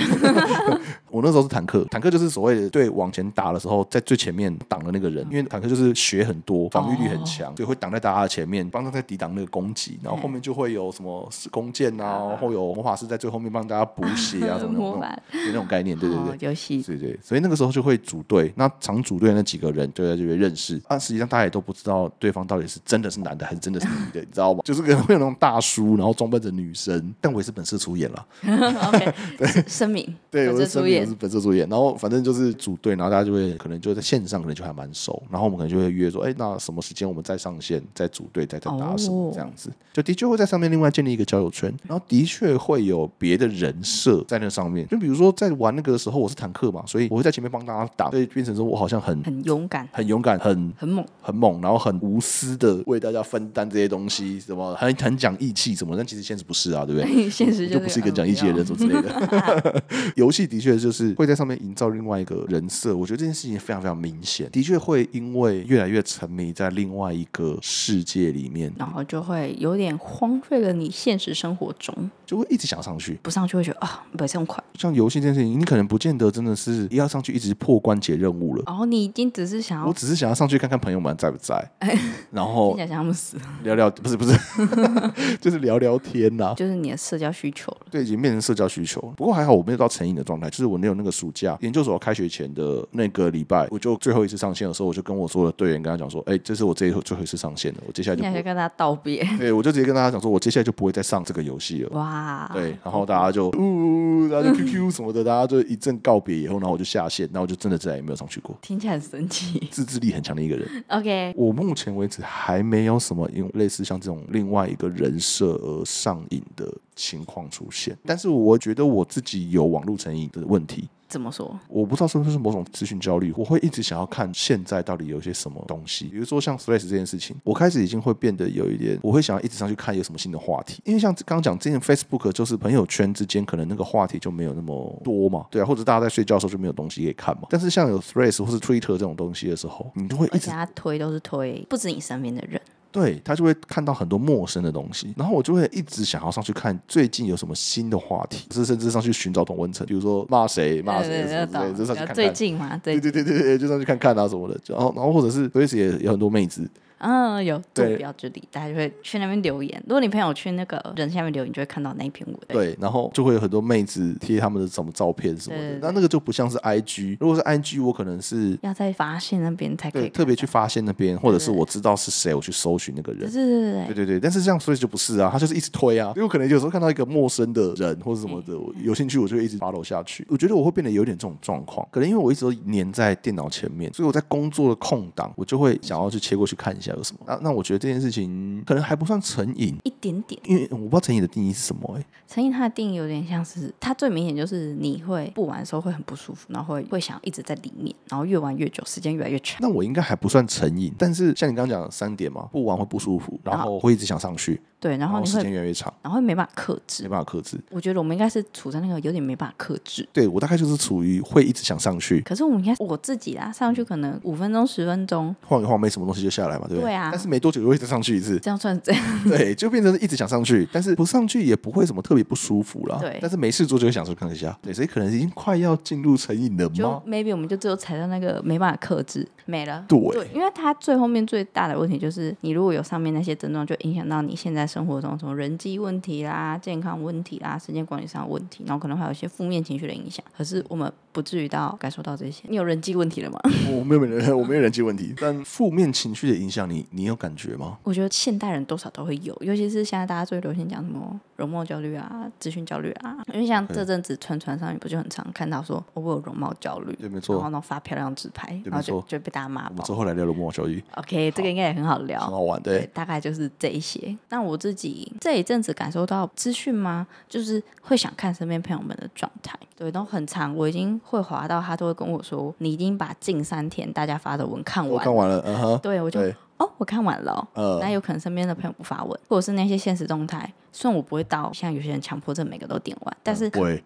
我那时候是坦克，坦克就是所谓的对往前打的时候，在最前面挡的那个人，因为坦克就是血很多，防御力哦很强，所以会挡在大家的前面，帮大家抵挡那个攻击，然后后面就会有什么弓箭啊，然后有魔法师在最后面帮大家补血啊， 什么那嗯 魔种法，那种概念，对对对哦，游戏对对，所以那个时候就会组队，那常组队的那几个人就在这边认识，但实际上大家也都不知道对方到底是真的是男的还是真的是女的，你知道吗？ 就是可能会有那种大叔，然后装扮成女生，但我也是本色出演啦， OK，声明， 对，我我是是声主明我演是，本色出演，然后反正就是组队，然后大家就会可能就在线上，可能就还蛮熟，然后我们可能就会约说，哎，那什么时间我们再上线，再组队，再再打什么、哦这样子，就的确会在上面另外建立一个交友圈，然后的确会有别的人设在那上面，就比如说在玩那个时候我是坦克嘛，所以我会在前面帮大家打，所以变成说我好像很很勇敢，很勇敢，很很猛。很猛，然后很无私的为大家分担这些东西，什么很很讲义气什么，但其实现实不是啊，对不对？ 现实我就不是一个讲义气的人，什么之类的。 游戏的确就是会在上面营造另外一个人设，我觉得这件事情非常非常明显，的确会因为越来越沉迷在另外一个世界里面，然后就会有点荒废了你现实生活中，就会一直想上去。不上去会觉得啊，不用快。像游戏这件事情，你可能不见得真的是一定要上去一直破关解任务了。然后你已经只是想要我，只是想要上去看看朋友们在不在， 然听后起来像他们死了，聊聊，不是不 是，就是聊聊天啊呐、就是你的社交需求了。对，已经变成社交需求了。不过还好我没有到成瘾的状态，就是我没有那个暑假研究所开学前的那个礼拜，我就最后一次上线的时候，我就跟我所有的队员跟他讲说，哎，这是我这一回最后一次上线了，我接下来听就起来不像跟大家 道别，对，我就直接跟大家讲说，我接下来就不会再上这个游戏了。哇，对，然后大家就呜，大家就 QQ 什么的，大家就一阵告别以后，然后我就下线，然后我就真的再也没有上去过。听起来很神奇。 自制力很强的一个人， OK，我目前为止还没有什么因类似像这种另外一个人设而上瘾的情况出现，但是我觉得我自己有网络成瘾的问题。怎么说？我不知道是不是某种资讯焦虑，我会一直想要看现在到底有些什么东西，比如说像 Threads 这件事情，我开始已经会变得有一点，我会想要一直上去看有什么新的话题，因为像刚刚讲之前 Facebook 就是朋友圈之间可能那个话题就没有那么多嘛，对啊，或者大家在睡觉的时候就没有东西可以看嘛，但是像有 Threads 或是 Twitter 这种东西的时候，你就会一而直且他推都是推不止你身边的人，对他就会看到很多陌生的东西，然后我就会一直想要上去看最近有什么新的话题，是甚至上去寻找同温层，比如说骂谁骂谁对什么之类的，就对上去对看懂看。最近嘛，对对，哦对对对对，就上去看看啊什么的，然后然后或者是 Face 也有很多妹子，嗯，有对坐标之理，大家就会去那边留言。如果你朋友去那个人下面留言，你就会看到那一篇文。对，然后就会有很多妹子贴他们的什么照片什么对的对，那那个就不像是 IG。如果是 IG，我可能是要在发现那边才可对以特别看去发现那边，或者是对对我知道是谁，我去搜寻那个对人。对对对对对，对对，但是这样所以就不是啊，他就是一直推啊，因为我可能有时候看到一个陌生的人或者什么嗯的，我有兴趣我就会一直 follow 下去。我觉得我会变得有点这种状况，可能因为我一直都黏在电脑前面，所以我在工作的空档，我就会想要去切过去看一下有什么。那那我觉得这件事情可能还不算成瘾，一点点。因为我不知道成瘾的定义是什么、欸，成瘾它的定义有点像是，它最明显就是你会不玩的时候会很不舒服，然后会会想一直在里面，然后越玩越久，时间越来越长。那我应该还不算成瘾，但是像你刚刚讲的三点嘛，不玩会不舒服，然后会一直想上去，对，然后你哦时会间越来越长，然后没办法克没制。办法克制。我觉得我们应该是处在那个有点没办法克制，对我大概就是处于会一直想上去，可是我们应该我自己啦，嗯上去可能五分钟十分钟，晃一晃没什么东西就下来嘛，对不对？对啊但是没多久又会再上去一次，这样算这样。对，就变成是一直想上去，但是不上去也不会什么特别不舒服啦。对但是没事做就会想说看一下，对，所以可能已经快要进入成瘾了就吗？ maybe 我们就只有踩到那个没办法克制，没了。对因为它最后面最大的问题就是，你如果有上面那些症状，就影响到你现在生活中什么人际问题啦、健康问题啦、时间管理上的问题，然后可能还有一些负面情绪的影响。可是我们不至于到感受到这些。你有人际问题了吗？ 我没有人，我没有人际问题，但负面情绪的影响你，你有感觉吗？我觉得现代人多少都会有，尤其是现在大家最流行讲什么容貌焦虑啊、资讯焦虑啊，因为像嗯这阵子传传上面不就很常看到说，哦、我有容貌焦虑，对，没然错后，呢发漂亮自拍，对然后没就错就被大家骂我们爆之。后来聊容貌焦虑， OK，这个应该也很好聊。很好玩，对对，，大概就是这一些。那我自己这一阵子感受到资讯吗？就是会想看身边朋友们的状态，对，然后很长，我已经会滑到他都会跟我说，你已经把近三天大家发的文看我完看完了，嗯哼，对我就对，哦，我看完了哦、呃那有可能身边的朋友不发文，或者是那些现实动态，虽然我不会到像有些人强迫症每个都点完，但是对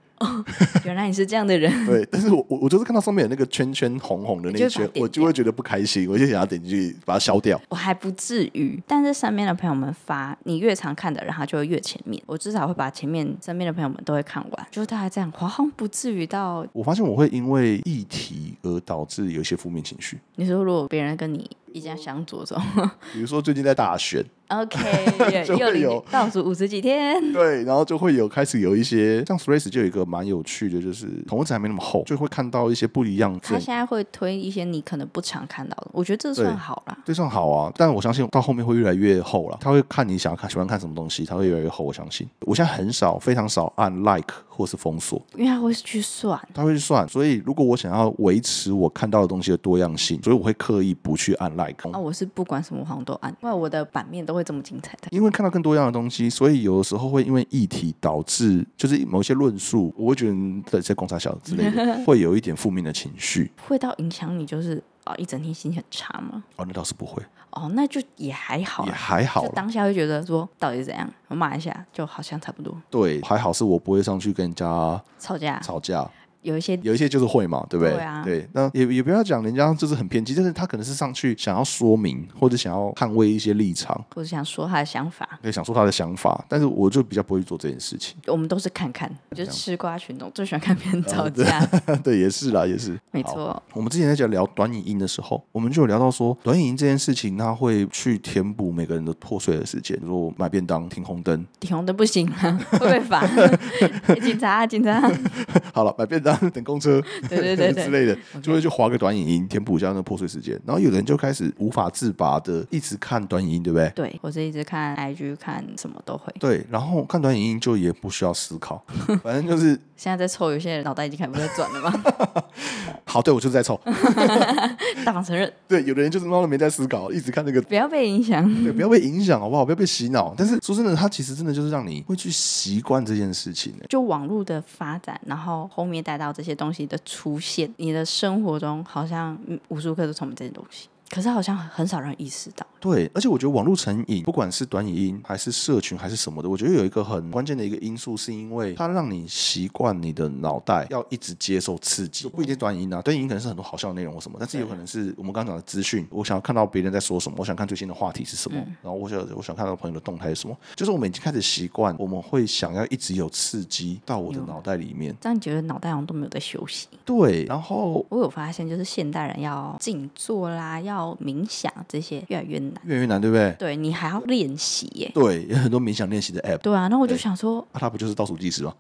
原来你是这样的人，对，但是我我我就是看到上面有那个圈圈红红的那你就一会圈，把它点我就会觉得不开心，我就想要点进去把它消掉。我还不至于。但是身边的朋友们发，你越常看的人，他就会越前面。我至少会把前面身边的朋友们都会看完，就是大概这样，好像不至于到我发现我会因为议题而导致有一些负面情绪，你说如果别人跟你意见相左中比如说最近在打选， ，OK，也就会又零有点倒数五十几天，对，然后就会有开始有一些像 Threads 就有一个蛮有趣的，就是同文字还没那么厚，就会看到一些不一样他的。现在会推一些你可能不常看到的，我觉得这对算好啦。对上好啊，但我相信到后面会越来越厚了。他会看你想要看、喜欢看什么东西，他会越来越厚。我相信，我现在很少、非常少按 like 或是封锁，因为他会去算，他会去算。所以，如果我想要维持我看到的东西的多样性，所以我会刻意不去按 like。啊，我是不管什么黄都按，因为我的版面都会这么精彩的。因为看到更多样的东西，所以有的时候会因为议题导致，就是某些论述，我会觉得你在在公差小之类 的，会有一点负面的情绪。会到影响你就是啊、一整天心情很差吗？哦，那倒是不会，哦，那就也还好也啦。还好就啦。当下会觉得说到底是怎样，我骂一下就好像差不多，对，还好是我不会上去跟人家吵架吵架，有一些有一些就是会嘛，对不对？对啊那也也不要讲人家就是很偏激，但是他可能是上去想要说明或者想要捍卫一些立场，或者想说他的想法，对，想说他的想法，但是我就比较不会去做这件事情。 我们都是看看，就是吃瓜群众， 最喜欢看别人吵架，哦对，也是啦，也是， 没好错。我们之前在讲聊短影音的时候，我们就有聊到说，短影音这件事情，它会去填补每个人的破碎的时间，比如说我买便当、停红灯， 挺红的不行啊，会被罚。警察、啊，警 察啊、好了，买便当、等公车，对对对之对，类的，就会去划个短影音，填补一下那破碎时间。然后有人就开始无法自拔的一直看短影音，对不对？对我是一直看 IG，看什么都会。对，然后看短影音就也不需要思考， 反正就是现在在抽，有些人脑袋已经开始不在转了 嘛。好，对我就是在抽。大方承认， 对，有的人就是妈的没在思考，一直看那个不要被影响。对，不要被影响好不好？不要被洗脑。但是说真的，它其实真的就是让你会去习惯这件事情、欸。就网络的发展，然后后面带到这些东西的出现，你的生活中好像嗯无数个都充满这些东西，可是好像很少人意识到。对，而且我觉得网络成瘾，不管是短影音还是社群还是什么的，我觉得有一个很关键的一个因素，是因为它让你习惯你的脑袋要一直接受刺激，不一定是短影音啊，短影音可能是很多好笑的内容或什么，但是有可能是我们刚刚讲的资讯，我想要看到别人在说什么，我想看最新的话题是什么，然后我想我想看到朋友的动态是什么，就是我们已经开始习惯，我们会想要一直有刺激到我的脑袋里面。这样你觉得脑袋好像都没有在休息。对，然后我有发现，就是现代人要静坐啦，要冥想这些越来越难。越来越难，对不对？对你还要练习耶。对，有很多冥想练习的 app，对啊，那我就想说，啊，它不就是倒数计时吗？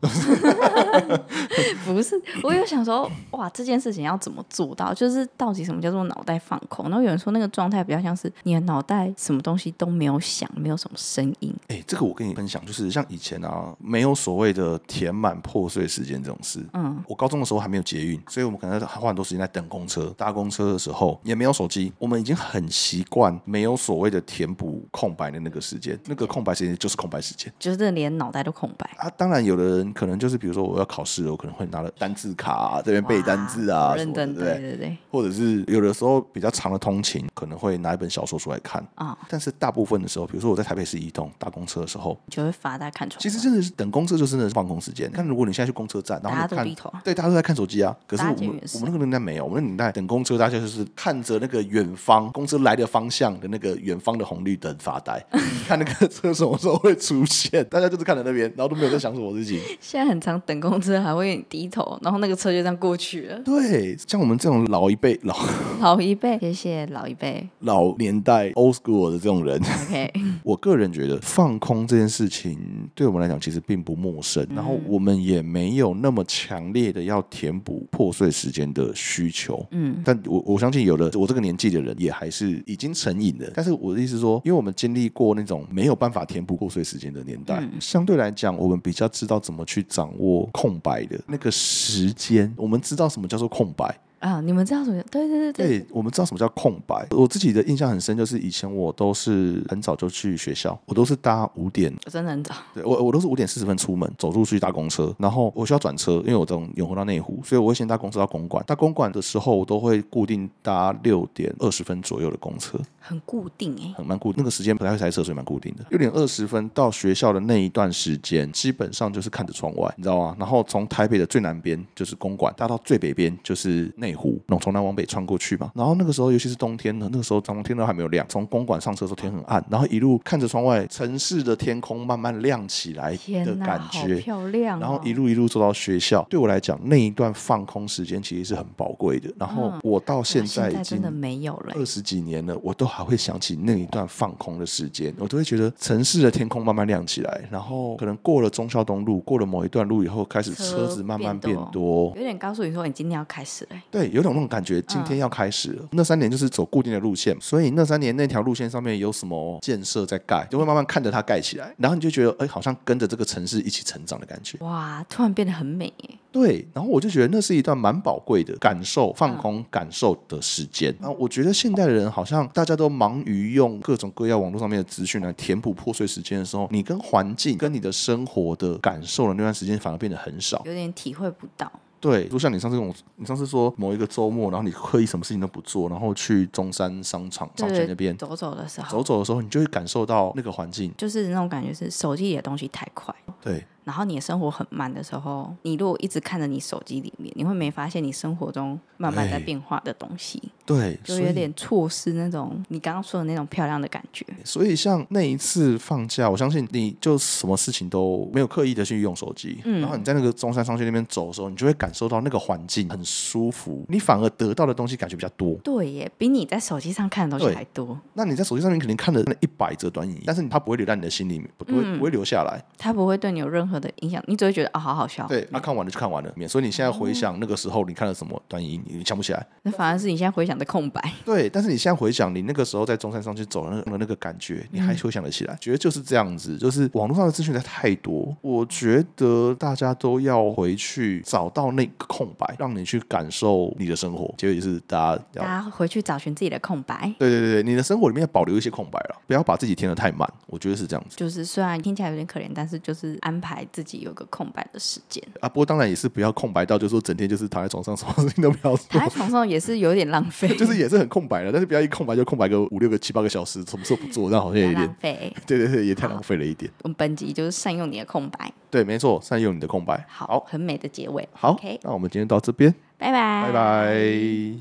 不是，我有想说，哇，这件事情要怎么做到？就是到底什么叫做脑袋放空？然后有人说那个状态比较像是你的脑袋什么东西都没有想，没有什么声音。哎、这个我跟你分享，就是像以前啊，没有所谓的填满破碎时间这种事。嗯，我高中的时候还没有捷运，所以我们可能还花很多时间在等公车、搭公车的时候，也没有手机，我们已经很习惯没有所谓的填补空白的那个时间，那个空白时间就是空白时间。就是连脑袋都空白。啊，当然，有的人可能就是，比如说我要考试了，我可能会拿了单字卡、啊、这边背单字啊哇好什认么的，对真，不对对？对对或者是有的时候比较长的通勤，可能会拿一本小说出来看。啊，但是大部分的时候，比如说我在台北市移动搭公车的时候，就会发呆看床。其实真的是等公车就真的是放空时间。但如果你现在去公车站，然后大家你都看低头啊对，大家都在看手机啊。可是我搭们捷运也是我们那个年代没有，我们那个年代等公车，大家就是看着那个远方公车来的方向的那个远方的红绿灯发 呆，看那个车什么时候会出现。大家就是看着那边，然后都没有在想什么事情。现在很常等公车，还会有点低头，然后那个车就这样过去了。对，像我们这种老一辈、老老一辈， 谢谢老一辈。老年代 old school 的这种人， OK，我个人觉得放空这件事情对我们来讲其实并不陌生，然后我们也没有那么强烈的要填补破碎时间的需求。嗯，但我我相信有的我这个年纪的人也还是已经成瘾了。但是我的意思是说，因为我们经历过那种没有办法填补破碎时间的年代，相对来讲，我们比较知道怎么去掌握空白的那个时间，我们知道什么叫做空白。 啊，你们知道什么？对对对对，对，哎我们知道什么叫空白。我自己的印象很深，就是以前我都是很早就去学校，我都是搭五点，我真的很早。对我我都是五点四十分出门，走路去搭公车，然后我需要转车，因为我从永和到内湖，所以我会先搭公车到公馆。搭公馆的时候，我都会固定搭六点二十分左右的公车，很固定哎、很蛮固，那个时间不太会塞车，所以蛮固定的。六点二十分到学校的那一段时间，基本上就是看着窗外，你知道吗？然后从台北的最南边就是公馆，搭到最北边就是内湖，那种从南往北穿过去嘛。然后那个时候，尤其是冬天呢，那个时候从天都还没有亮，从公馆上车的时候天很暗，然后一路看着窗外城市的天空慢慢亮起来的天哪，感好觉。漂亮、哦！然后一路一路走到学校，对我来讲，那一段放空时间其实是很宝贵的。然后我到现哇在嗯啊现已在真经的没有了、欸二十几年了，我都还会想起那一段放空的时间，我都会觉得城市的天空慢慢亮起来，然后可能过了忠孝东路，过了某一段路以后，开始车子慢慢变车变多。有点告诉你说你今天要开始了、欸，对，有种那种感觉，今天要开始了。那三年就是走固定的路线，所以那三年那条路线上面有什么建设在盖，就会慢慢看着它盖起来，然后你就觉得，哎，好像跟着这个城市一起成长的感觉。哇，突然变得很美、欸，对，然后我就觉得那是一段蛮宝贵的感嗯受、放空感受的时间。那我觉得现代的人好像大家都忙于用各种各样网络上面的资讯来填补破碎时间的时候，你跟环境、跟你的生活的感受的那段时间反而变得很少。有点体会不到。对，就像你上次跟我，你上次说某一个周末，然后你刻意什么事情都不做，然后去中山商场、商圈对那边走走的时候，走走的时候，你就会感受到那个环境。就是那种感觉是手机里的东西太快，对，然后你的生活很慢的时候，你如果一直看着你手机里面，你会没发现你生活中慢慢在对变化的东西，对，就所有以点错失那种你刚刚说的那种漂亮的感觉。所以像那一次放假，我相信你就什么事情都没有刻意的去用手机，然后你在那个中山商圈那边走的时候，你就会感受到那个环境很舒服，你反而得到的东西感觉比较多。对耶，比你在手机上看的东西对还多。那你在手机上面肯定看了那一百则短影，但是它不会留在你的心里面，不不会、不会留下来。它不会对你有任何的影响，你只会觉得啊、好好笑。对，那、看完了就看完了，免。所以你现在回想那个时候你看了什么短影，你你想不起来。那反而是你现在回想的空白。对，但是你现在回想你那个时候在中山上去走的那个那个感觉，你还回想得起来，觉得就是这样子，就是网络上的资讯实在太多，我觉得大家都要回去找到那个空白，让你去感受你的生活。结果就是大家大要。家回去找寻自己的空白。对对对对，你的生活里面要保留一些空白了，不要把自己填得太满，我觉得是这样子就是虽然听起来有点可怜，但是就是安排自己有个空白的时间。啊。不过当然也是不要空白到，就是说整天就是躺在床上，什 么事情都不要做躺，在床上也是有点浪费，就是也是很空白了。但是不要一空白就空白个五六个七八个小时，什么时候不做，那好像有太点浪，费。对对对，也太浪费了一点。我们本集就是善用你的空白，对，没错，善用你的空白。好，很美的结尾。好 OK 那我们今天到这边，拜拜，拜拜。